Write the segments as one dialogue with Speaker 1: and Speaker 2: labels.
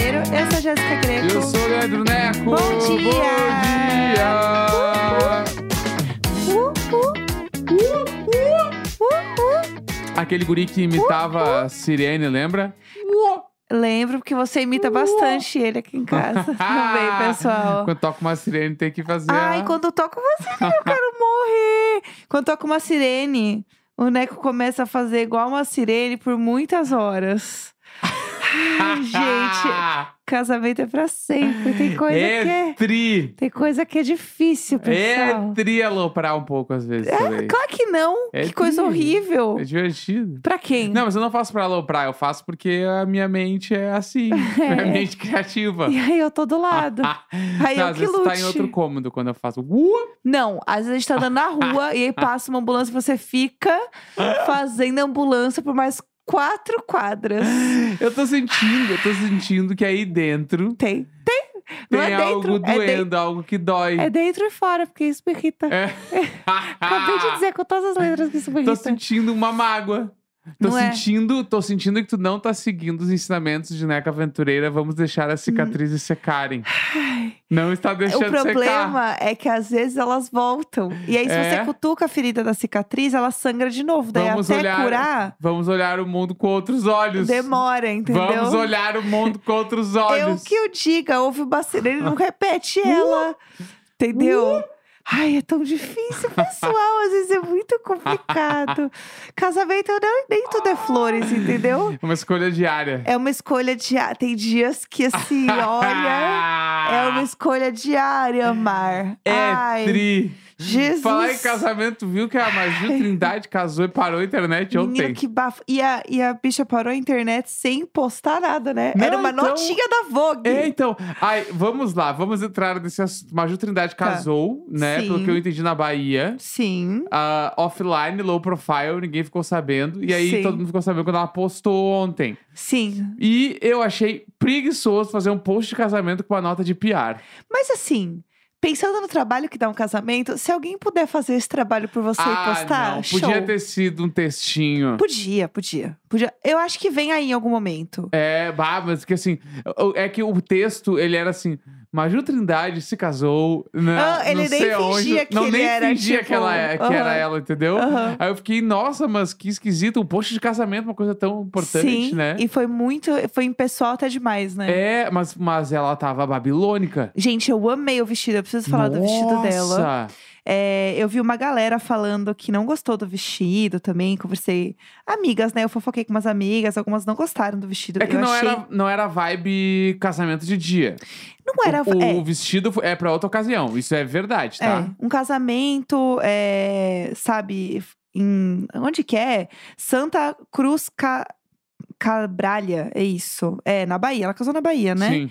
Speaker 1: é Eu sou Jéssica Greco.
Speaker 2: Eu sou o Leandro Neco.
Speaker 1: Bom dia.
Speaker 2: Bom dia.
Speaker 1: Uh, uh, uh, uh, uh, uh.
Speaker 2: Aquele guri que imitava a sirene, lembra?
Speaker 1: Lembro que você imita bastante ele aqui em casa. Também, pessoal.
Speaker 2: Uh! Ah! Quando toca uma sirene, tem que fazer.
Speaker 1: Ai,
Speaker 2: a...
Speaker 1: quando eu toco uma sirene, eu quero morrer. Quando toco uma sirene, o Neco começa a fazer igual uma sirene por muitas horas. Ai, gente, casamento é pra sempre. Tem coisa que
Speaker 2: é
Speaker 1: é,
Speaker 2: tri.
Speaker 1: tem coisa que é difícil, pessoal. É,
Speaker 2: É tri aloprar um pouco às vezes. também.
Speaker 1: Claro que não.
Speaker 2: É
Speaker 1: que coisa
Speaker 2: tri.
Speaker 1: horrível.
Speaker 2: É divertido.
Speaker 1: Pra quem?
Speaker 2: Não, mas eu não faço pra aloprar, eu faço porque a minha mente é assim.
Speaker 1: É.
Speaker 2: Minha mente criativa.
Speaker 1: E aí eu tô do lado. Aí
Speaker 2: não,
Speaker 1: eu
Speaker 2: às
Speaker 1: que
Speaker 2: vezes
Speaker 1: lute.
Speaker 2: tá em outro cômodo quando eu faço. Uh!
Speaker 1: Não, às vezes a gente tá andando na rua e aí passa uma ambulância e você fica fazendo ambulância por mais quatro quadras.
Speaker 2: Eu tô sentindo, eu tô sentindo que aí dentro
Speaker 1: Tem, tem. Não
Speaker 2: tem
Speaker 1: é dentro,
Speaker 2: algo
Speaker 1: é, dentro
Speaker 2: doendo, algo que dói.
Speaker 1: é dentro e fora, porque isso me irrita.
Speaker 2: É.
Speaker 1: Acabei de dizer com todas as letras que isso me
Speaker 2: Tô
Speaker 1: irrita.
Speaker 2: sentindo uma mágoa. Tô
Speaker 1: Não é?
Speaker 2: sentindo, tô sentindo que tu não tá seguindo os ensinamentos de Neca Aventureira. Vamos deixar as cicatrizes secarem.
Speaker 1: Hum. Ai.
Speaker 2: Não está
Speaker 1: O
Speaker 2: deixando secar.
Speaker 1: problema é que às vezes elas voltam. E aí, se
Speaker 2: É?
Speaker 1: você cutuca a ferida da cicatriz, ela sangra de novo. Daí
Speaker 2: Vamos
Speaker 1: até
Speaker 2: olhar-
Speaker 1: curar,
Speaker 2: Vamos olhar o mundo com outros olhos.
Speaker 1: demora, entendeu?
Speaker 2: Vamos olhar o mundo com outros olhos. Ah. Uh!
Speaker 1: Eu que eu diga, ouve uma sirene, não repete ela. Entendeu? Ai, é tão difícil, pessoal. Às vezes é muito complicado. Casamento eu não, nem tudo é flores, entendeu?
Speaker 2: Uma escolha diária.
Speaker 1: É uma escolha diária. Tem dias que, assim, olha, é uma escolha diária, amar.
Speaker 2: Ah! É
Speaker 1: Ai,
Speaker 2: tri.
Speaker 1: Jesus.
Speaker 2: Falar em casamento, viu que a Maju Trindade casou e parou a internet ontem.
Speaker 1: Menino, que bafo. E a, e a bicha parou a internet sem postar nada, né?
Speaker 2: Não,
Speaker 1: Era uma
Speaker 2: então-
Speaker 1: notinha da Vogue.
Speaker 2: É, então. Ai, vamos lá, vamos entrar nesse assunto. Maju Trindade
Speaker 1: Tá.
Speaker 2: casou, né?
Speaker 1: Sim.
Speaker 2: Pelo que eu entendi na Bahia.
Speaker 1: Sim.
Speaker 2: Ah, offline, low profile, ninguém ficou sabendo. E aí
Speaker 1: Sim.
Speaker 2: todo mundo ficou sabendo quando ela postou ontem.
Speaker 1: Sim.
Speaker 2: E eu achei preguiçoso fazer um post de casamento com uma nota de PR.
Speaker 1: Mas assim, pensando no trabalho que dá um casamento, se alguém puder fazer esse trabalho por você
Speaker 2: ah,
Speaker 1: e postar,
Speaker 2: não.
Speaker 1: show.
Speaker 2: Podia ter sido um textinho.
Speaker 1: Podia, podia, podia. Eu acho que vem aí em algum momento.
Speaker 2: É, bah, mas que assim, o- é que o texto, ele era assim, Maju Trindade se casou, na,
Speaker 1: Ah, ele
Speaker 2: não
Speaker 1: nem
Speaker 2: sei onde,
Speaker 1: fingia que
Speaker 2: não,
Speaker 1: ele
Speaker 2: nem
Speaker 1: era,
Speaker 2: fingia
Speaker 1: tipo,
Speaker 2: que, ela, é- que era
Speaker 1: aham.
Speaker 2: ela, entendeu?
Speaker 1: Aham.
Speaker 2: Aí eu fiquei, nossa, mas que esquisito, um post de casamento, uma coisa tão importante,
Speaker 1: Sim,
Speaker 2: né?
Speaker 1: e foi muito, foi impessoal até demais, né?
Speaker 2: É, mas, mas ela tava babilônica.
Speaker 1: Gente, eu amei o vestido, eu preciso falar do vestido dela.
Speaker 2: Nossa!
Speaker 1: É, eu vi uma galera falando que não gostou do vestido também, conversei. Amigas, né? Eu fofoquei com umas amigas, algumas não gostaram do vestido.
Speaker 2: É que
Speaker 1: eu
Speaker 2: não,
Speaker 1: achei...
Speaker 2: era, não era vibe casamento de dia.
Speaker 1: Não era.
Speaker 2: o, o
Speaker 1: é.
Speaker 2: vestido é pra outra ocasião, isso é verdade, tá?
Speaker 1: É, um casamento, é, sabe, em. Onde que é? Santa Cruz Ca... Cabralha, é isso. É, na Bahia. Ela casou na Bahia, né?
Speaker 2: Sim.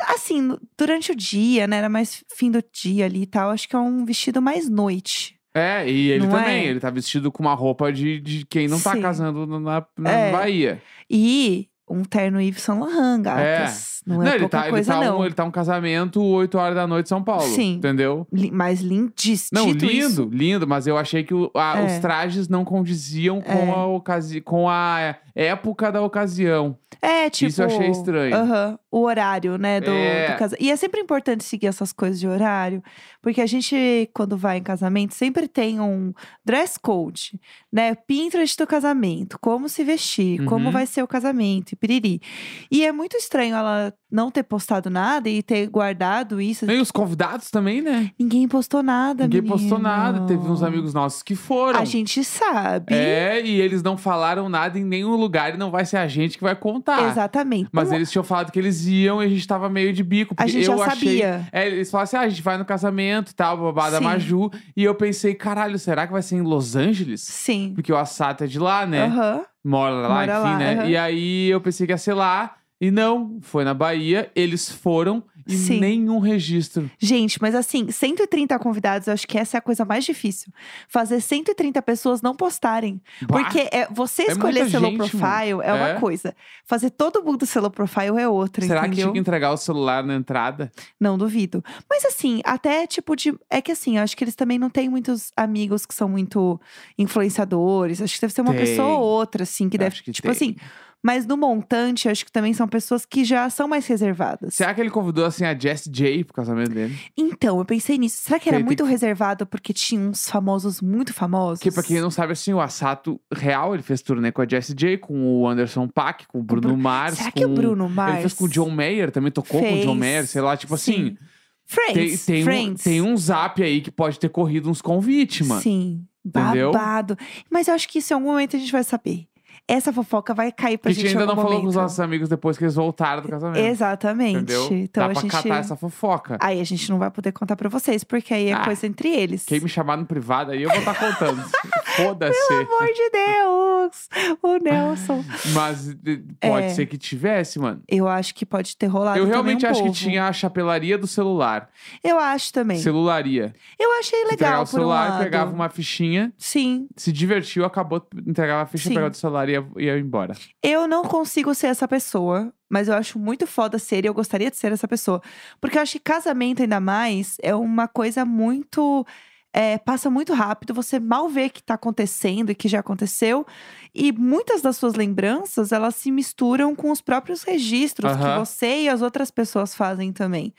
Speaker 1: Assim, no- durante o dia, né? Era mais fim do dia ali e tal. Acho que é um vestido mais noite.
Speaker 2: É, e ele
Speaker 1: Não
Speaker 2: também.
Speaker 1: é?
Speaker 2: Ele tá vestido com uma roupa de, de quem não tá
Speaker 1: Sim.
Speaker 2: casando na- na, na
Speaker 1: É.
Speaker 2: Bahia.
Speaker 1: E um terno Yves Saint Laurent, gatas. Não é
Speaker 2: ele
Speaker 1: pouca
Speaker 2: tá,
Speaker 1: coisa,
Speaker 2: ele tá
Speaker 1: não.
Speaker 2: Um, ele tá um casamento 8 horas da noite em São Paulo.
Speaker 1: Sim.
Speaker 2: Entendeu?
Speaker 1: Li- Mas lindíssimo.
Speaker 2: Não,
Speaker 1: Dito
Speaker 2: lindo,
Speaker 1: isso,
Speaker 2: lindo, mas eu achei que o- a-
Speaker 1: É.
Speaker 2: os trajes não condiziam com,
Speaker 1: É.
Speaker 2: a ocasi com a época da ocasião.
Speaker 1: É, tipo.
Speaker 2: Isso eu achei estranho.
Speaker 1: aham, o horário, né? Do,
Speaker 2: É.
Speaker 1: do casa- E é sempre importante seguir essas coisas de horário, porque a gente, quando vai em casamento, sempre tem um dress code, né? Pinterest do casamento, como se vestir,
Speaker 2: Uhum.
Speaker 1: como vai ser o casamento, e piriri. E é muito estranho ela não ter postado nada e ter guardado isso.
Speaker 2: E os convidados também, né?
Speaker 1: Ninguém postou nada,
Speaker 2: Ninguém
Speaker 1: menino.
Speaker 2: postou nada. Teve uns amigos nossos que foram.
Speaker 1: A gente sabe.
Speaker 2: É, e eles não falaram nada em nenhum lugar e não vai ser a gente que vai contar.
Speaker 1: Exatamente.
Speaker 2: Ah, Mas
Speaker 1: Um-
Speaker 2: eles tinham falado que eles iam e a gente tava meio de bico.
Speaker 1: a
Speaker 2: porque
Speaker 1: gente
Speaker 2: eu
Speaker 1: já
Speaker 2: achei...
Speaker 1: sabia.
Speaker 2: É, eles falaram assim: ah, a gente vai no casamento e tal, babá da
Speaker 1: Sim.
Speaker 2: Maju. E eu pensei, caralho, será que vai ser em Los Angeles?
Speaker 1: Sim.
Speaker 2: Porque o Assato é de lá, né?
Speaker 1: Aham.
Speaker 2: Mora lá,
Speaker 1: Mora
Speaker 2: enfim,
Speaker 1: lá,
Speaker 2: né?
Speaker 1: aham.
Speaker 2: E aí eu pensei que ia ser lá. E não, foi na Bahia, eles foram e
Speaker 1: Sim.
Speaker 2: nenhum registro.
Speaker 1: Gente, mas assim, 130 convidados, eu acho que essa é a coisa mais difícil. Fazer 130 pessoas não postarem.
Speaker 2: Bah,
Speaker 1: Porque é, você
Speaker 2: é
Speaker 1: escolher
Speaker 2: muita
Speaker 1: seu low
Speaker 2: gente,
Speaker 1: profile é uma
Speaker 2: É.
Speaker 1: coisa. Fazer todo mundo seu low profile é outra,
Speaker 2: será que tinha
Speaker 1: entendeu?
Speaker 2: que entregar o celular na entrada?
Speaker 1: Não duvido. Mas assim, até tipo de. É que assim, eu acho que eles também não têm muitos amigos que são muito influenciadores. Acho que deve ser uma
Speaker 2: Tem.
Speaker 1: pessoa ou outra, assim, que
Speaker 2: Eu
Speaker 1: deve.
Speaker 2: acho que
Speaker 1: tipo
Speaker 2: tem.
Speaker 1: assim, Mas no montante, eu acho que também são pessoas que já são mais reservadas.
Speaker 2: Será que ele convidou, assim, a Jess J pro casamento dele?
Speaker 1: Então, eu pensei nisso. Será que era
Speaker 2: Ele tem
Speaker 1: muito reservado porque tinha uns famosos muito famosos?
Speaker 2: Porque, pra quem não sabe, assim, o Assato Real, ele fez turnê com a Jess J, com o Anderson Paak, com o Bruno
Speaker 1: Bru-
Speaker 2: é Mars.
Speaker 1: Será que o
Speaker 2: com-
Speaker 1: Bruno Mars?
Speaker 2: Ele fez com o John Mayer, também tocou com o John
Speaker 1: Fez.
Speaker 2: Mayer, sei lá, tipo assim.
Speaker 1: Sim. Friends.
Speaker 2: Tem, tem, um,
Speaker 1: Friends.
Speaker 2: tem um zap aí que pode ter corrido uns convites, mano.
Speaker 1: Sim.
Speaker 2: Entendeu?
Speaker 1: Babado. Mas eu acho que isso em algum momento a gente vai saber. Essa fofoca vai cair pra
Speaker 2: Que a
Speaker 1: gente
Speaker 2: gente ainda
Speaker 1: em
Speaker 2: não
Speaker 1: algum
Speaker 2: falou com
Speaker 1: momento.
Speaker 2: os nossos amigos depois que eles voltaram do casamento.
Speaker 1: Exatamente.
Speaker 2: Entendeu?
Speaker 1: Então
Speaker 2: Dá
Speaker 1: a
Speaker 2: pra
Speaker 1: gente.
Speaker 2: catar essa fofoca.
Speaker 1: Aí a gente não vai poder contar pra vocês, porque aí é
Speaker 2: Ah,
Speaker 1: coisa entre eles.
Speaker 2: Quem me chamar no privado aí, eu vou estar contando.
Speaker 1: Pelo
Speaker 2: Foda-se.
Speaker 1: amor de Deus! O Nelson.
Speaker 2: Ah. Mas de- pode
Speaker 1: É.
Speaker 2: ser que tivesse, mano.
Speaker 1: Eu acho que pode ter rolado.
Speaker 2: eu
Speaker 1: também
Speaker 2: realmente
Speaker 1: um
Speaker 2: acho
Speaker 1: povo.
Speaker 2: que tinha a chapelaria do celular.
Speaker 1: Eu acho também.
Speaker 2: Celularia.
Speaker 1: Eu achei
Speaker 2: Tu pegava
Speaker 1: legal
Speaker 2: o
Speaker 1: por um
Speaker 2: celular,
Speaker 1: lado.
Speaker 2: pegava uma fichinha,
Speaker 1: Sim,
Speaker 2: se divertiu, acabou, entregava a ficha,
Speaker 1: Sim. Então
Speaker 2: pegava o celular e ia, ia embora.
Speaker 1: eu não consigo ser essa pessoa, mas eu acho muito foda ser e eu gostaria de ser essa pessoa. Porque eu acho que casamento, ainda mais, é uma coisa muito. é, passa muito rápido, você mal vê que tá acontecendo e que já aconteceu. E muitas das suas lembranças, elas se misturam com os próprios registros que
Speaker 2: Aham.
Speaker 1: você e as outras pessoas fazem também.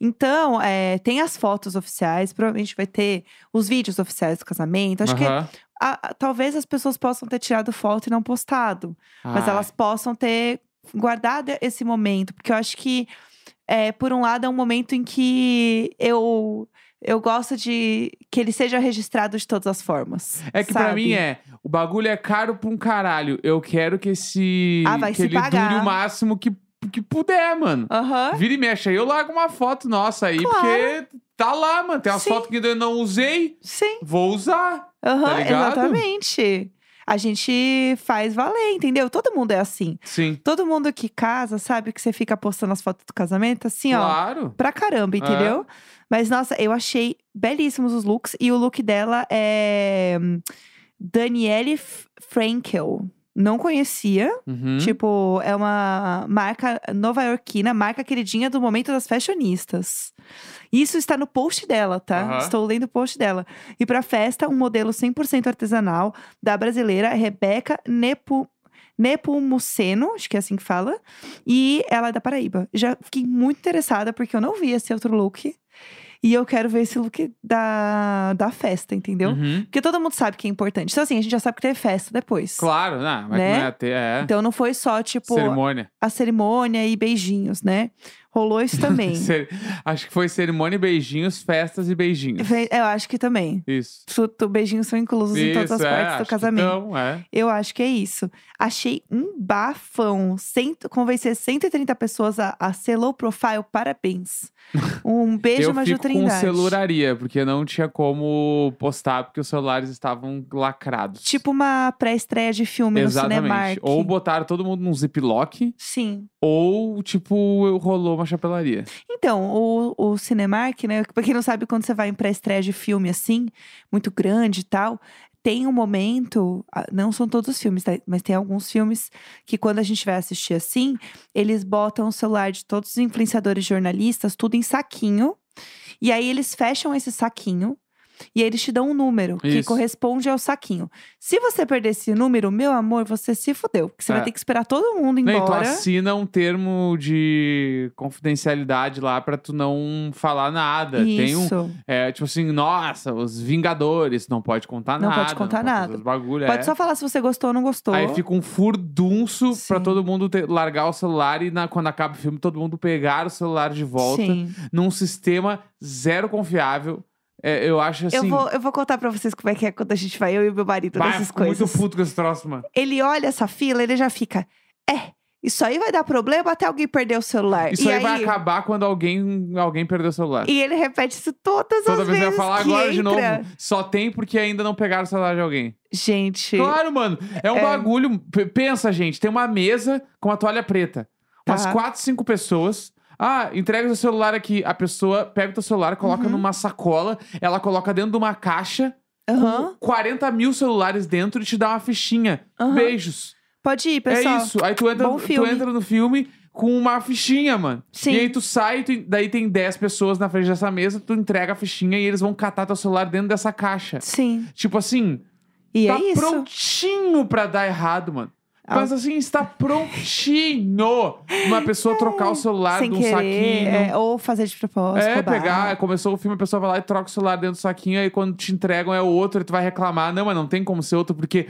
Speaker 1: Então, é, tem as fotos oficiais, provavelmente vai ter os vídeos oficiais do casamento. Acho que
Speaker 2: Aham.
Speaker 1: a- a- talvez as pessoas possam ter tirado foto e não postado, mas
Speaker 2: Ah,
Speaker 1: elas possam ter guardado esse momento, porque eu acho que, é, por um lado, é um momento em que eu eu gosto de que ele seja registrado de todas as formas.
Speaker 2: É que pra
Speaker 1: sabe?
Speaker 2: mim é, o bagulho é caro pra um caralho. Eu quero que esse.
Speaker 1: Ah, vai
Speaker 2: que
Speaker 1: se
Speaker 2: ele dure
Speaker 1: pagar.
Speaker 2: o máximo que, que puder, mano.
Speaker 1: Aham.
Speaker 2: Vira e mexe aí, eu largo uma foto nossa aí,
Speaker 1: Claro.
Speaker 2: porque tá lá, mano. Tem umas
Speaker 1: Sim.
Speaker 2: fotos que ainda eu não usei,
Speaker 1: Sim.
Speaker 2: vou usar.
Speaker 1: Aham,
Speaker 2: Tá ligado?
Speaker 1: exatamente. A gente faz valer, entendeu? Todo mundo é assim.
Speaker 2: Sim.
Speaker 1: Todo mundo que casa sabe que você fica postando as fotos do casamento assim, ó.
Speaker 2: Claro.
Speaker 1: pra caramba,
Speaker 2: É.
Speaker 1: entendeu? Mas, nossa, eu achei belíssimos os looks. E o look dela é. hum, Daniele F- Frankel. Não conhecia.
Speaker 2: Uhum.
Speaker 1: Tipo, é uma marca nova-iorquina, marca queridinha do momento das fashionistas. Isso está no post dela, tá?
Speaker 2: Aham.
Speaker 1: Estou lendo o post dela. E pra festa, um modelo 100% artesanal da brasileira Rebeca Nepu... Nepomuceno, acho que é assim que fala. E ela é da Paraíba. Já fiquei muito interessada, porque eu não vi esse outro look. E eu quero ver esse look da, da festa, entendeu?
Speaker 2: Uhum.
Speaker 1: Porque todo mundo sabe que é importante. Então, assim, a gente já sabe que teve festa depois.
Speaker 2: Claro, né? Mas
Speaker 1: Né?
Speaker 2: não é até. É.
Speaker 1: Então não foi só, tipo,
Speaker 2: cerimônia.
Speaker 1: a cerimônia e beijinhos, né? Rolou isso também.
Speaker 2: Cere- Acho que foi cerimônia e beijinhos, festas e beijinhos.
Speaker 1: Fe- Eu acho que também.
Speaker 2: Isso.
Speaker 1: Tu- tu- Beijinhos são inclusos em todas as
Speaker 2: Isso, é,
Speaker 1: partes
Speaker 2: acho
Speaker 1: do
Speaker 2: que
Speaker 1: casamento.
Speaker 2: Então, é.
Speaker 1: Eu acho que é isso. Achei um bafão. Cento, convencer 130 pessoas a, a ser low profile, parabéns. Um beijo,
Speaker 2: eu
Speaker 1: Maju
Speaker 2: fico com
Speaker 1: Trindade.
Speaker 2: celularia, porque não tinha como postar, porque os celulares estavam lacrados.
Speaker 1: Tipo uma pré-estreia de filme no Cinemark.
Speaker 2: Exatamente. Ou botaram todo mundo num ziplock,
Speaker 1: Sim.
Speaker 2: ou, tipo, eu- rolou uma chapelaria.
Speaker 1: Então, o, o Cinemark, né? Pra quem não sabe, quando você vai em pré-estreia de filme assim, muito grande e tal, tem um momento. ah, Não são todos os filmes, tá? mas tem alguns filmes que quando a gente vai assistir assim, eles botam o celular de todos os influenciadores e jornalistas, tudo em saquinho. E aí eles fecham esse saquinho. E aí eles te dão um número que
Speaker 2: Isso.
Speaker 1: corresponde ao saquinho. Se você perder esse número, meu amor, você se fudeu. Porque você
Speaker 2: É.
Speaker 1: vai ter que esperar todo mundo
Speaker 2: Né,
Speaker 1: embora.
Speaker 2: E tu assina um termo de confidencialidade lá pra tu não falar nada. Tem um.
Speaker 1: Isso.
Speaker 2: É, tipo assim, nossa, os Vingadores, não pode contar
Speaker 1: Não
Speaker 2: nada.
Speaker 1: pode contar
Speaker 2: fazer
Speaker 1: nada.
Speaker 2: os Bagulho, é.
Speaker 1: Pode só falar se você gostou ou não gostou.
Speaker 2: Aí fica um furdunço pra
Speaker 1: Sim.
Speaker 2: todo mundo ter- largar o celular e na- quando acaba o filme, todo mundo pegar o celular de volta
Speaker 1: Sim.
Speaker 2: num sistema zero confiável. É, eu acho assim.
Speaker 1: Eu, vou, eu vou contar pra vocês como é que é quando a gente vai, eu e meu marido,
Speaker 2: bah, eu
Speaker 1: nessas
Speaker 2: fico
Speaker 1: coisas.
Speaker 2: muito puto com esse troço, mano.
Speaker 1: Ele olha essa fila, ele já fica. É, isso aí vai dar problema até alguém perder o celular.
Speaker 2: Isso
Speaker 1: É, e
Speaker 2: aí, vai acabar quando alguém, alguém perdeu o celular.
Speaker 1: E ele repete isso todas
Speaker 2: Toda
Speaker 1: as
Speaker 2: vez
Speaker 1: vezes.
Speaker 2: eu ia falar
Speaker 1: que
Speaker 2: agora de novo.
Speaker 1: entra.
Speaker 2: Só tem porque ainda não pegaram o celular de alguém.
Speaker 1: Gente.
Speaker 2: Claro, mano. É um
Speaker 1: É.
Speaker 2: bagulho. P- Pensa, gente. Tem uma mesa com uma toalha preta. Umas
Speaker 1: Tá.
Speaker 2: quatro, cinco pessoas. Ah, entrega o celular aqui. A pessoa pega o teu celular,
Speaker 1: Uhum.
Speaker 2: coloca numa sacola. Ela coloca dentro de uma caixa.
Speaker 1: Aham.
Speaker 2: com 40 mil celulares dentro e te dá uma fichinha.
Speaker 1: Aham.
Speaker 2: Beijos.
Speaker 1: Pode ir, pessoal.
Speaker 2: é isso. Aí tu entra,
Speaker 1: bom
Speaker 2: tu
Speaker 1: filme.
Speaker 2: entra no filme com uma fichinha, mano.
Speaker 1: Sim.
Speaker 2: E aí tu sai, tu- daí tem 10 pessoas na frente dessa mesa, tu entrega a fichinha e eles vão catar teu celular dentro dessa caixa.
Speaker 1: Sim.
Speaker 2: Tipo assim,
Speaker 1: E
Speaker 2: tá
Speaker 1: é isso.
Speaker 2: prontinho pra dar errado, mano. Mas assim, está prontinho uma pessoa trocar o celular
Speaker 1: É. Sem
Speaker 2: de um
Speaker 1: querer,
Speaker 2: saquinho.
Speaker 1: é, ou fazer de propósito.
Speaker 2: É,
Speaker 1: roubar.
Speaker 2: pegar, começou o filme, a pessoa vai lá e troca o celular dentro do saquinho, aí quando te entregam é o outro, e tu vai reclamar. Não, mas não tem como ser outro, porque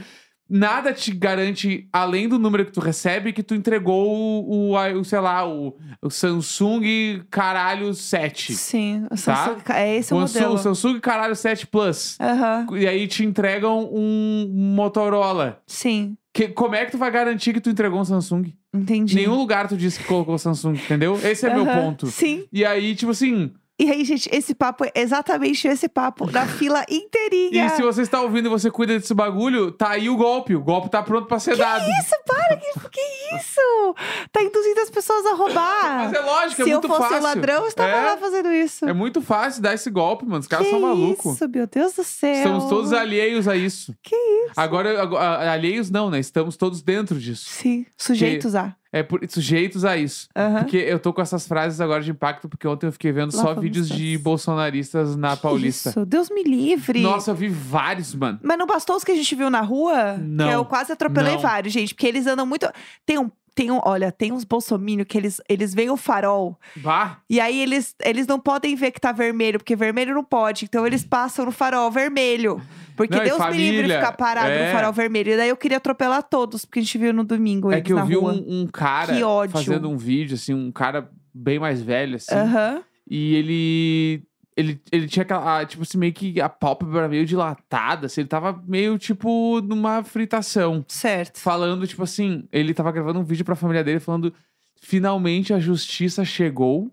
Speaker 2: nada te garante, além do número que tu recebe, que tu entregou o, o, o, sei lá, o, o Samsung caralho 7.
Speaker 1: Sim, o
Speaker 2: Tá?
Speaker 1: Samsung, é esse o
Speaker 2: o,
Speaker 1: modelo.
Speaker 2: o Samsung caralho 7 Plus.
Speaker 1: Aham,
Speaker 2: E aí te entregam um Motorola.
Speaker 1: sim,
Speaker 2: Que, como é que tu vai garantir que tu entregou um Samsung?
Speaker 1: entendi.
Speaker 2: Nenhum lugar tu disse que colocou Samsung, entendeu? Esse é meu
Speaker 1: Aham,
Speaker 2: ponto.
Speaker 1: Sim.
Speaker 2: E aí, tipo assim,
Speaker 1: E aí, gente, esse papo é exatamente esse papo da fila inteirinha.
Speaker 2: E se você está ouvindo e você cuida desse bagulho, tá aí o golpe. O golpe tá pronto pra ser dado.
Speaker 1: Isso, para, que, que isso? Tá induzindo as pessoas a roubar.
Speaker 2: Mas é lógico,
Speaker 1: se
Speaker 2: é
Speaker 1: eu
Speaker 2: muito
Speaker 1: fosse
Speaker 2: fácil.
Speaker 1: o ladrão, eu estava
Speaker 2: é,
Speaker 1: lá fazendo isso.
Speaker 2: é muito fácil dar esse golpe, mano. Os caras
Speaker 1: que
Speaker 2: são malucos.
Speaker 1: Isso, meu Deus do céu.
Speaker 2: Estamos todos alheios a isso.
Speaker 1: Que isso?
Speaker 2: Agora, ago- a- alheios não, né? Estamos todos dentro disso.
Speaker 1: Sim, sujeitos a.
Speaker 2: É por, sujeitos a isso.
Speaker 1: Aham.
Speaker 2: Porque eu tô com essas frases agora de impacto, porque ontem eu fiquei vendo
Speaker 1: Lá
Speaker 2: só
Speaker 1: vamos
Speaker 2: vídeos
Speaker 1: nós.
Speaker 2: de bolsonaristas na Paulista.
Speaker 1: Isso, Deus me livre.
Speaker 2: Nossa, eu vi vários, mano.
Speaker 1: Mas não bastou os que a gente viu na rua?
Speaker 2: Não,
Speaker 1: Que eu quase atropelei
Speaker 2: não.
Speaker 1: vários, gente. Porque eles andam muito. Tem um. Tem um, olha, tem uns bolsomínio que eles, eles veem o farol.
Speaker 2: Bah.
Speaker 1: E aí eles, eles não podem ver que tá vermelho, porque vermelho não pode. Então eles passam no farol vermelho. Porque
Speaker 2: Não, e
Speaker 1: Deus me livre
Speaker 2: família,
Speaker 1: ficar parado
Speaker 2: é.
Speaker 1: no farol vermelho. E daí eu queria atropelar todos, porque a gente viu no domingo
Speaker 2: É
Speaker 1: eles
Speaker 2: que eu
Speaker 1: na
Speaker 2: vi
Speaker 1: rua.
Speaker 2: um, um cara
Speaker 1: Que ódio.
Speaker 2: fazendo um vídeo, assim, um cara bem mais velho, assim.
Speaker 1: Aham.
Speaker 2: E ele. Ele, ele tinha aquela, ah, tipo assim, meio que a pálpebra meio dilatada, assim, ele tava meio, tipo, numa fritação.
Speaker 1: Certo.
Speaker 2: Falando, tipo assim, ele tava gravando um vídeo pra família dele falando: finalmente a justiça chegou,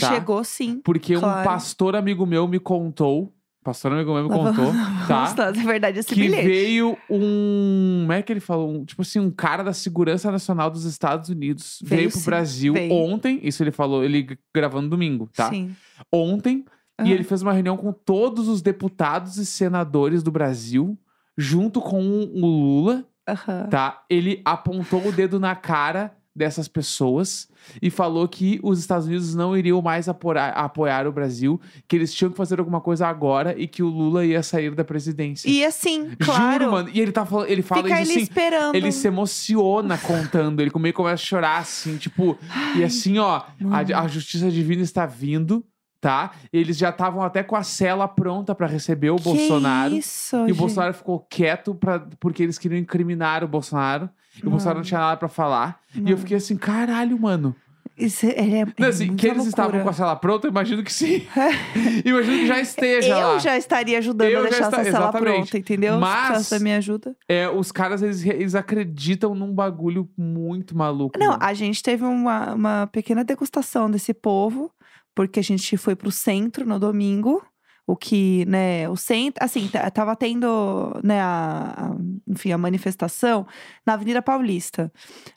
Speaker 2: Tá.
Speaker 1: Chegou sim.
Speaker 2: porque um
Speaker 1: Claro.
Speaker 2: pastor amigo meu me contou. Pastor amigo meu
Speaker 1: Lá
Speaker 2: me
Speaker 1: vamos-
Speaker 2: contou, tá?
Speaker 1: Vamos lá, na verdade, esse
Speaker 2: que
Speaker 1: bilhete.
Speaker 2: veio um. Como é que ele falou? Um- tipo assim, um cara da Segurança Nacional dos Estados Unidos veio,
Speaker 1: Veio
Speaker 2: pro
Speaker 1: sim,
Speaker 2: Brasil
Speaker 1: veio.
Speaker 2: ontem. Isso ele falou, ele g- gravando domingo, tá?
Speaker 1: Sim.
Speaker 2: Ontem. E
Speaker 1: Aham.
Speaker 2: ele fez uma reunião com todos os deputados e senadores do Brasil, junto com o Lula,
Speaker 1: Aham.
Speaker 2: tá? Ele apontou o dedo na cara dessas pessoas e falou que os Estados Unidos não iriam mais aporar- apoiar o Brasil, que eles tinham que fazer alguma coisa agora e que o Lula ia sair da presidência.
Speaker 1: E assim, claro.
Speaker 2: Juro, mano. E ele tá falando, ele fala
Speaker 1: Fica ele
Speaker 2: isso assim.
Speaker 1: esperando.
Speaker 2: Ele se emociona contando, ele meio começa a chorar, assim, tipo. E assim, ó, a,
Speaker 1: mano.
Speaker 2: a justiça divina está vindo, tá? Eles já estavam até com a cela pronta pra receber o
Speaker 1: Que
Speaker 2: Bolsonaro.
Speaker 1: Isso,
Speaker 2: E o
Speaker 1: gente.
Speaker 2: Bolsonaro ficou quieto pra, porque eles queriam incriminar o Bolsonaro. E o Bolsonaro não tinha nada pra falar. E eu
Speaker 1: Mano.
Speaker 2: fiquei assim, caralho, mano.
Speaker 1: Isso, ele é,
Speaker 2: Não,
Speaker 1: é
Speaker 2: assim,
Speaker 1: muita
Speaker 2: que eles
Speaker 1: loucura. É.
Speaker 2: estavam com a cela pronta, eu imagino que sim. imagino que já esteja lá.
Speaker 1: Eu já estaria ajudando
Speaker 2: Eu
Speaker 1: a
Speaker 2: já
Speaker 1: deixar
Speaker 2: esta-
Speaker 1: essa sala
Speaker 2: exatamente.
Speaker 1: pronta, entendeu? Se
Speaker 2: Mas-
Speaker 1: você me ajuda.
Speaker 2: É, os caras, eles, eles acreditam num bagulho muito maluco.
Speaker 1: Não,
Speaker 2: mano.
Speaker 1: a gente teve uma, uma pequena degustação desse povo, porque a gente foi pro centro no domingo. O que, né, o centro. Assim, t- tava tendo, né, a, a- enfim, a manifestação na Avenida Paulista.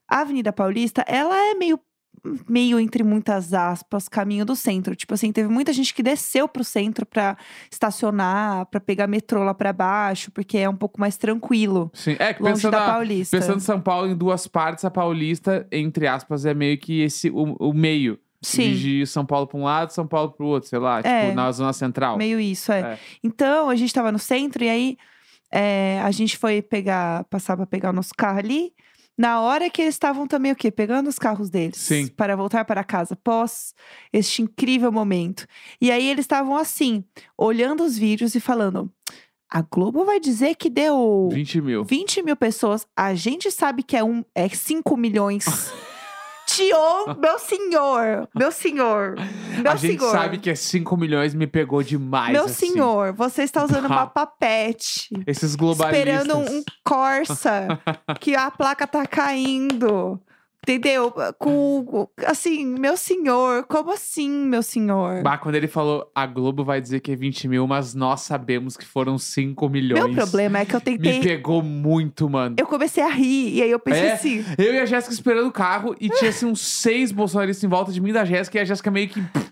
Speaker 1: A Avenida Paulista, ela é meio. Meio entre muitas aspas, caminho do centro. Tipo assim, teve muita gente que desceu pro centro pra estacionar, pra pegar metrô lá pra baixo, porque é um pouco mais tranquilo.
Speaker 2: Sim, é que
Speaker 1: Longe
Speaker 2: pensando,
Speaker 1: da
Speaker 2: na-
Speaker 1: Paulista.
Speaker 2: pensando em São Paulo em duas partes, a paulista, entre aspas, é meio que esse o, o meio.
Speaker 1: Sim.
Speaker 2: De São Paulo pra um lado, São Paulo pro outro, sei lá,
Speaker 1: É.
Speaker 2: tipo, na zona central.
Speaker 1: Meio isso, é.
Speaker 2: É.
Speaker 1: Então, a gente tava no centro e aí é, a gente foi pegar, passar pra pegar o nosso carro ali. Na hora que eles estavam também o quê? Pegando os carros deles
Speaker 2: Sim.
Speaker 1: para voltar para casa pós este incrível momento. E aí eles estavam assim, olhando os vídeos e falando: a Globo vai dizer que deu
Speaker 2: 20 mil.
Speaker 1: 20 mil pessoas, a gente sabe que é, um, é 5 milhões. Tio, meu senhor, meu senhor, meu
Speaker 2: a gente
Speaker 1: senhor.
Speaker 2: sabe que é 5 milhões, me pegou demais.
Speaker 1: Meu
Speaker 2: assim.
Speaker 1: senhor, você está usando uma
Speaker 2: Rap-
Speaker 1: papete.
Speaker 2: Esses globalistas.
Speaker 1: Esperando um Corsa, que a placa tá caindo. Entendeu? Com, assim, meu senhor, como assim, meu senhor?
Speaker 2: Bah, quando ele falou, a Globo vai dizer que é 20 mil, mas nós sabemos que foram 5 milhões.
Speaker 1: Meu problema é que eu
Speaker 2: Me
Speaker 1: tentei.
Speaker 2: pegou muito, mano.
Speaker 1: Eu comecei a rir, e aí eu pensei
Speaker 2: É?
Speaker 1: assim.
Speaker 2: Eu e a Jéssica esperando o carro e tinha assim uns seis bolsonaristas em volta de mim e da Jéssica e a Jéssica meio que. pff,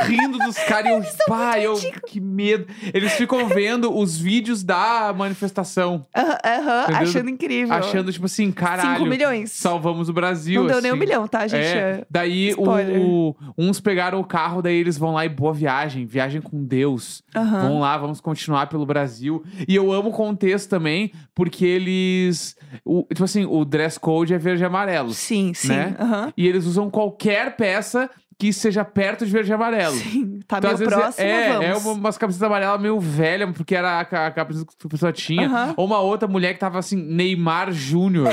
Speaker 2: rindo dos caras e eu, pai, eu, que medo. Eles ficam vendo os vídeos da manifestação,
Speaker 1: Aham, aham,
Speaker 2: Entendeu?
Speaker 1: achando incrível.
Speaker 2: achando, tipo assim,
Speaker 1: 5
Speaker 2: caralho,
Speaker 1: milhões.
Speaker 2: salvamos o Brasil.
Speaker 1: Não deu nem um
Speaker 2: assim.
Speaker 1: milhão, tá, gente?
Speaker 2: É, daí
Speaker 1: Spoiler.
Speaker 2: o- uns pegaram o carro, daí eles vão lá e boa viagem, viagem com Deus.
Speaker 1: É. Aham.
Speaker 2: Vamos lá, vamos continuar pelo Brasil. E eu amo o contexto também, porque eles. o- tipo assim, o dress code é verde e amarelo.
Speaker 1: Sim, sim.
Speaker 2: né?
Speaker 1: aham.
Speaker 2: E eles usam qualquer peça que seja perto de verde e amarelo.
Speaker 1: Sim, tá
Speaker 2: Então,
Speaker 1: meio
Speaker 2: às vezes,
Speaker 1: próximo,
Speaker 2: é,
Speaker 1: vamos.
Speaker 2: é uma- umas camisetas amarelas meio velha, porque era a, ca- a camisa que a pessoa tinha.
Speaker 1: Aham.
Speaker 2: Ou uma outra mulher que tava assim, Neymar Júnior.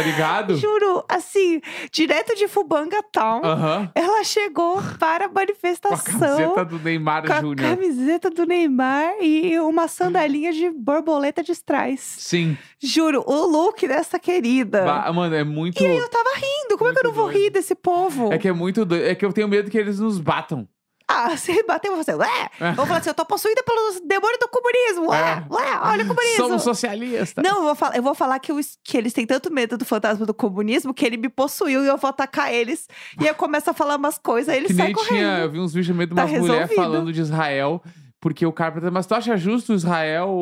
Speaker 2: ligado?
Speaker 1: Juro, assim, direto de Fubanga Town,
Speaker 2: Aham.
Speaker 1: ela chegou para a
Speaker 2: Com a
Speaker 1: manifestação.
Speaker 2: camiseta do Neymar
Speaker 1: com a
Speaker 2: Júnior.
Speaker 1: camiseta do Neymar e uma sandalinha de borboleta de strass.
Speaker 2: Sim.
Speaker 1: Juro, o look dessa querida.
Speaker 2: Ba- Mano, é muito.
Speaker 1: Eu tava rindo, como é que eu
Speaker 2: Muito
Speaker 1: não vou rir
Speaker 2: doido.
Speaker 1: desse povo?
Speaker 2: É que é muito doido. É que eu tenho medo que eles nos batam.
Speaker 1: Ah, se bater, eu vou fazer, ué!
Speaker 2: É.
Speaker 1: Vou falar assim, eu tô possuída pelo demônio do comunismo, ué!
Speaker 2: É.
Speaker 1: Ué, olha o comunismo!
Speaker 2: Somos socialistas.
Speaker 1: Não, eu vou falar, eu vou falar que, eu es- que eles têm tanto medo do fantasma do comunismo que ele me possuiu e eu vou atacar eles. E eu começo a falar umas coisas e
Speaker 2: que
Speaker 1: eles
Speaker 2: nem
Speaker 1: saem
Speaker 2: tinha.
Speaker 1: correndo.
Speaker 2: Eu vi uns vídeos meio de
Speaker 1: Tá
Speaker 2: umas mulheres
Speaker 1: resolvido.
Speaker 2: falando de Israel, porque o cara pergunta, mas tu acha justo o Israel,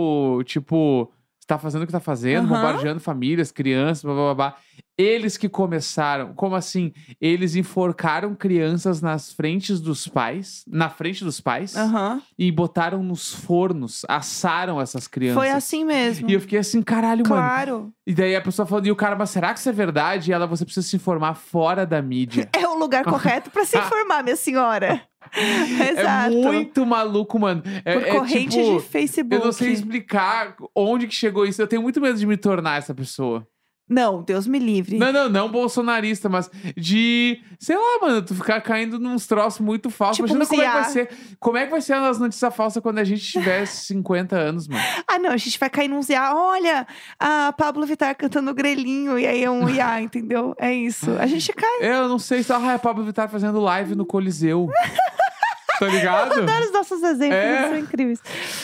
Speaker 2: tipo, tá fazendo o que tá fazendo,
Speaker 1: Aham.
Speaker 2: bombardeando famílias, crianças, blá blá blá blá. Eles que começaram, como assim? Eles enforcaram crianças nas frentes dos pais, na frente dos pais,
Speaker 1: Aham.
Speaker 2: e botaram nos fornos, assaram essas crianças.
Speaker 1: Foi assim mesmo.
Speaker 2: E eu fiquei assim, caralho, mano.
Speaker 1: Claro.
Speaker 2: E daí a pessoa falando, e o cara, mas será que isso é verdade? E ela, você precisa se informar fora da mídia.
Speaker 1: É o lugar correto pra se informar, minha senhora. Exato.
Speaker 2: É muito maluco, mano. É,
Speaker 1: Por
Speaker 2: é
Speaker 1: corrente
Speaker 2: tipo,
Speaker 1: de Facebook.
Speaker 2: eu não sei explicar onde que chegou isso. Eu tenho muito medo de me tornar essa pessoa.
Speaker 1: Não, Deus me livre.
Speaker 2: Não, não, não bolsonarista, mas de, sei lá, mano, tu ficar caindo nos troços muito falsos.
Speaker 1: Tipo
Speaker 2: Imagina
Speaker 1: um
Speaker 2: como é que vai
Speaker 1: CIA.
Speaker 2: ser. Como é que vai ser as notícias falsas quando a gente tiver 50 anos, mano?
Speaker 1: Ah, não, a gente vai cair num IA. Olha, a Pablo Vittar cantando grelhinho e aí é um IA, entendeu? É isso. A gente cai.
Speaker 2: Eu não sei se ah, a Pablo Vittar fazendo live no Coliseu. tá ligado?
Speaker 1: Adoro os nossos exemplos,
Speaker 2: É.
Speaker 1: eles são incríveis.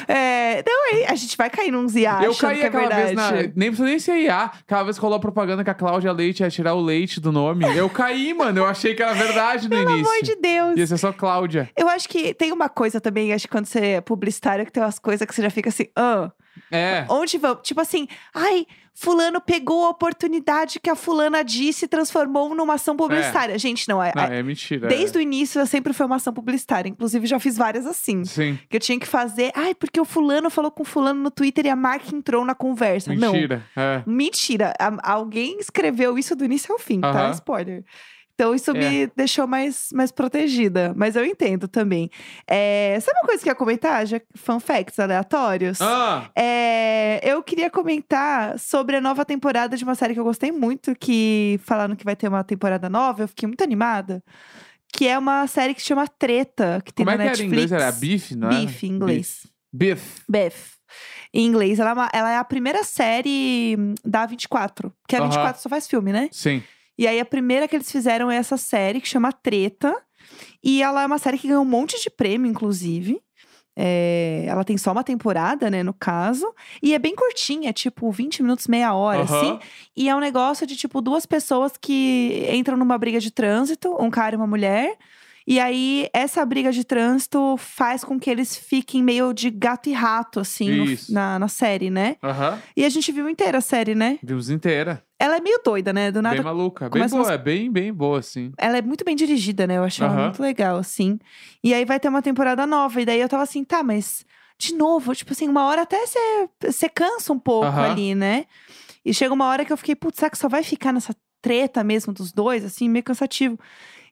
Speaker 1: É, não, aí a gente vai cair num IA.
Speaker 2: Eu
Speaker 1: achando
Speaker 2: caí
Speaker 1: que é
Speaker 2: aquela
Speaker 1: verdade.
Speaker 2: vez na. Nem precisa nem ser IA. Aquela vez que rolou a propaganda que a Cláudia Leite ia tirar o leite do nome. Eu caí, mano. Eu achei que era verdade no
Speaker 1: Pelo
Speaker 2: início.
Speaker 1: amor de Deus.
Speaker 2: Ia ser só Cláudia.
Speaker 1: Eu acho que tem uma coisa também, acho que quando você é publicitário, que tem umas coisas que você já fica assim, ah,
Speaker 2: É.
Speaker 1: onde vamos? Tipo assim, ai, fulano pegou a oportunidade que a fulana disse e transformou numa ação publicitária. Gente, não, é,
Speaker 2: Não, é mentira.
Speaker 1: Desde o início, eu sempre fui uma ação publicitária. Inclusive, já fiz várias assim.
Speaker 2: Sim.
Speaker 1: Que eu tinha que fazer. Ai, porque o fulano falou com o fulano no Twitter e a marca entrou na conversa.
Speaker 2: Mentira. É.
Speaker 1: Não. Mentira. A- alguém escreveu isso do início ao fim, tá?
Speaker 2: Aham. É.
Speaker 1: Spoiler. Então, isso me deixou mais, mais protegida. Mas eu entendo também. É, sabe uma coisa que eu ia comentar? Já, fun facts aleatórios?
Speaker 2: Ah,
Speaker 1: É, eu queria comentar sobre a nova temporada de uma série que eu gostei muito, que falaram que vai ter uma temporada nova, eu fiquei muito animada. Que é uma série que se chama Treta, que tem
Speaker 2: como é
Speaker 1: na
Speaker 2: que era em
Speaker 1: Netflix.
Speaker 2: inglês? Era beef, não é?
Speaker 1: Beef, em inglês.
Speaker 2: Beef.
Speaker 1: Beth. Em inglês, ela é, uma- ela é a primeira série hum, da 24. Porque a
Speaker 2: Aham.
Speaker 1: 24 só faz filme, né?
Speaker 2: Sim.
Speaker 1: E aí, a primeira que eles fizeram é essa série que chama Treta. E ela é uma série que ganhou um monte de prêmio, inclusive. É, ela tem só uma temporada, né, no caso. E é bem curtinha, tipo 20 minutos, meia hora,
Speaker 2: Aham.
Speaker 1: assim. E é um negócio de, tipo, duas pessoas que entram numa briga de trânsito, um cara e uma mulher. E aí, essa briga de trânsito faz com que eles fiquem meio de gato e rato, assim, no-
Speaker 2: Isso.
Speaker 1: na, na série, né?
Speaker 2: Aham.
Speaker 1: E a gente viu inteira a série, né?
Speaker 2: Vimos inteira.
Speaker 1: Ela é meio doida, né? Do nada
Speaker 2: Bem maluca. Bem
Speaker 1: começa
Speaker 2: boa.
Speaker 1: umas-
Speaker 2: É bem, bem boa, assim.
Speaker 1: ela é muito bem dirigida, né? Eu achei ela
Speaker 2: Aham.
Speaker 1: muito legal, assim. E aí vai ter uma temporada nova. E daí eu tava assim, tá, mas de novo, tipo assim, uma hora até você cansa um pouco
Speaker 2: Aham.
Speaker 1: ali, né? E chega uma hora que eu fiquei, putz, será que só vai ficar nessa treta mesmo dos dois, assim, meio cansativo.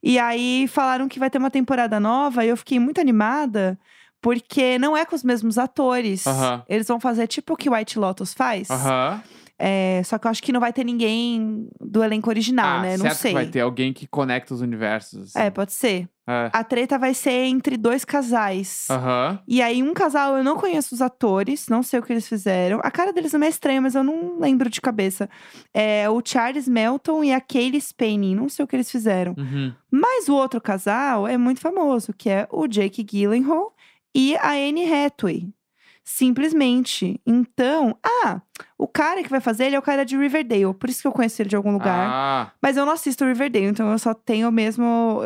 Speaker 1: E aí falaram que vai ter uma temporada nova e eu fiquei muito animada. Porque não é com os mesmos atores.
Speaker 2: Aham.
Speaker 1: Eles vão fazer tipo o que White Lotus faz.
Speaker 2: Aham.
Speaker 1: É, só que eu acho que não vai ter ninguém do elenco original,
Speaker 2: ah,
Speaker 1: né?
Speaker 2: certo
Speaker 1: Não sei.
Speaker 2: que vai ter alguém que conecta os universos.
Speaker 1: É,
Speaker 2: assim.
Speaker 1: pode ser.
Speaker 2: É.
Speaker 1: A treta vai ser entre dois casais.
Speaker 2: Aham.
Speaker 1: E aí, um casal, eu não conheço os atores, não sei o que eles fizeram. A cara deles não é estranha, mas eu não lembro de cabeça. É o Charles Melton e a Kaylee Spain, não sei o que eles fizeram.
Speaker 2: Uhum.
Speaker 1: Mas o outro casal é muito famoso, que é o Jake Gyllenhaal e a Anne Hathaway. Simplesmente. Então, ah, o cara que vai fazer, ele é o cara de Riverdale. Por isso que eu conheço ele de algum lugar.
Speaker 2: Ah,
Speaker 1: Mas eu não assisto Riverdale, então eu só tenho mesmo.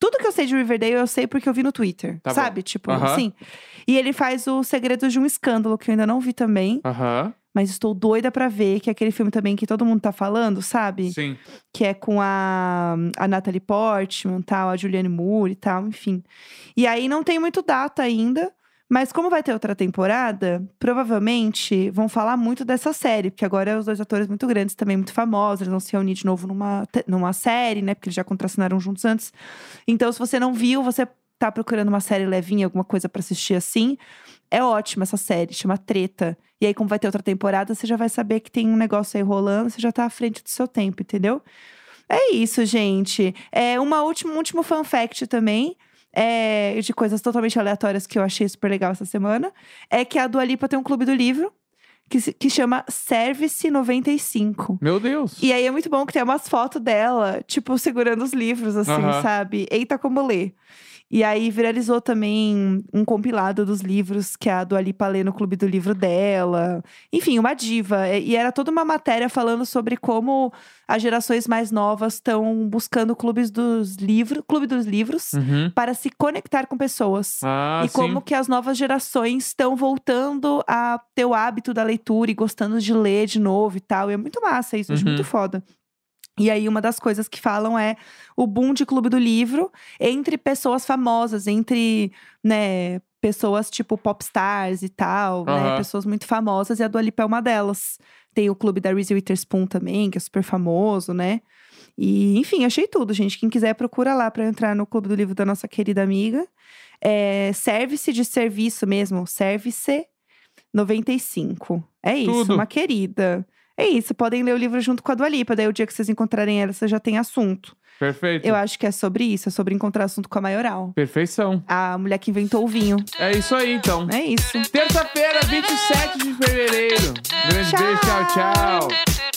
Speaker 1: Tudo que eu sei de Riverdale, eu sei porque eu vi no Twitter.
Speaker 2: Tá bom.
Speaker 1: sabe? Tipo,
Speaker 2: Aham.
Speaker 1: assim. E ele faz o Segredos de um Escândalo, que eu ainda não vi também.
Speaker 2: Aham.
Speaker 1: Mas estou doida pra ver, que é aquele filme também que todo mundo tá falando, sabe?
Speaker 2: Sim.
Speaker 1: que é com a, a Natalie Portman, tal, a Julianne Moore e tal, enfim. E aí não tem muito data ainda, mas como vai ter outra temporada, provavelmente vão falar muito dessa série, porque agora os dois atores muito grandes também, muito famosos, eles vão se reunir de novo numa, te- numa série, né? Porque eles já contracenaram juntos antes. Então, se você não viu, você tá procurando uma série levinha, alguma coisa pra assistir assim. É ótima essa série, chama Treta. E aí, como vai ter outra temporada, você já vai saber que tem um negócio aí rolando, você já tá à frente do seu tempo, entendeu? É isso, gente. É uma última, um último fun fact também. é, de coisas totalmente aleatórias que eu achei super legal essa semana. É que a Dua Lipa tem um clube do livro que, se- que chama Service 95.
Speaker 2: Meu Deus.
Speaker 1: E aí é muito bom que tem umas fotos dela, tipo, segurando os livros, assim,
Speaker 2: Aham.
Speaker 1: sabe? Eita, como ler. E aí viralizou também um compilado dos livros que a Dua Lipa lê no clube do livro dela. Enfim, uma diva. E e era toda uma matéria falando sobre como as gerações mais novas estão buscando clubes dos livros, clube dos livros,
Speaker 2: Uhum.
Speaker 1: para se conectar com pessoas
Speaker 2: Ah,
Speaker 1: e
Speaker 2: sim.
Speaker 1: como que as novas gerações estão voltando a ter o hábito da leitura e gostando de ler de novo e tal. E é muito massa isso, eu acho
Speaker 2: Uhum.
Speaker 1: muito foda. E aí, uma das coisas que falam é o boom de clube do livro entre pessoas famosas, entre, né, pessoas tipo popstars e tal, né?
Speaker 2: Aham.
Speaker 1: Pessoas muito famosas, e a Dua Lipa é uma delas. Tem o clube da Reese Witherspoon também, que é super famoso, né? E, enfim, achei tudo, gente. Quem quiser, procura lá pra entrar no clube do livro da nossa querida amiga. É, Service de serviço mesmo, Service 95. É isso,
Speaker 2: Tudo.
Speaker 1: uma querida. É isso, podem ler o livro junto com a Dua Lipa. Daí o dia que vocês encontrarem ela, você já tem assunto.
Speaker 2: Perfeito.
Speaker 1: Eu acho que é sobre isso, é sobre encontrar assunto com a maioral.
Speaker 2: Perfeição.
Speaker 1: A mulher que inventou o vinho.
Speaker 2: É isso aí, então.
Speaker 1: É isso.
Speaker 2: Terça-feira, 27 de fevereiro. Grande
Speaker 1: Tchau.
Speaker 2: beijo, tchau, tchau.
Speaker 3: Tchau.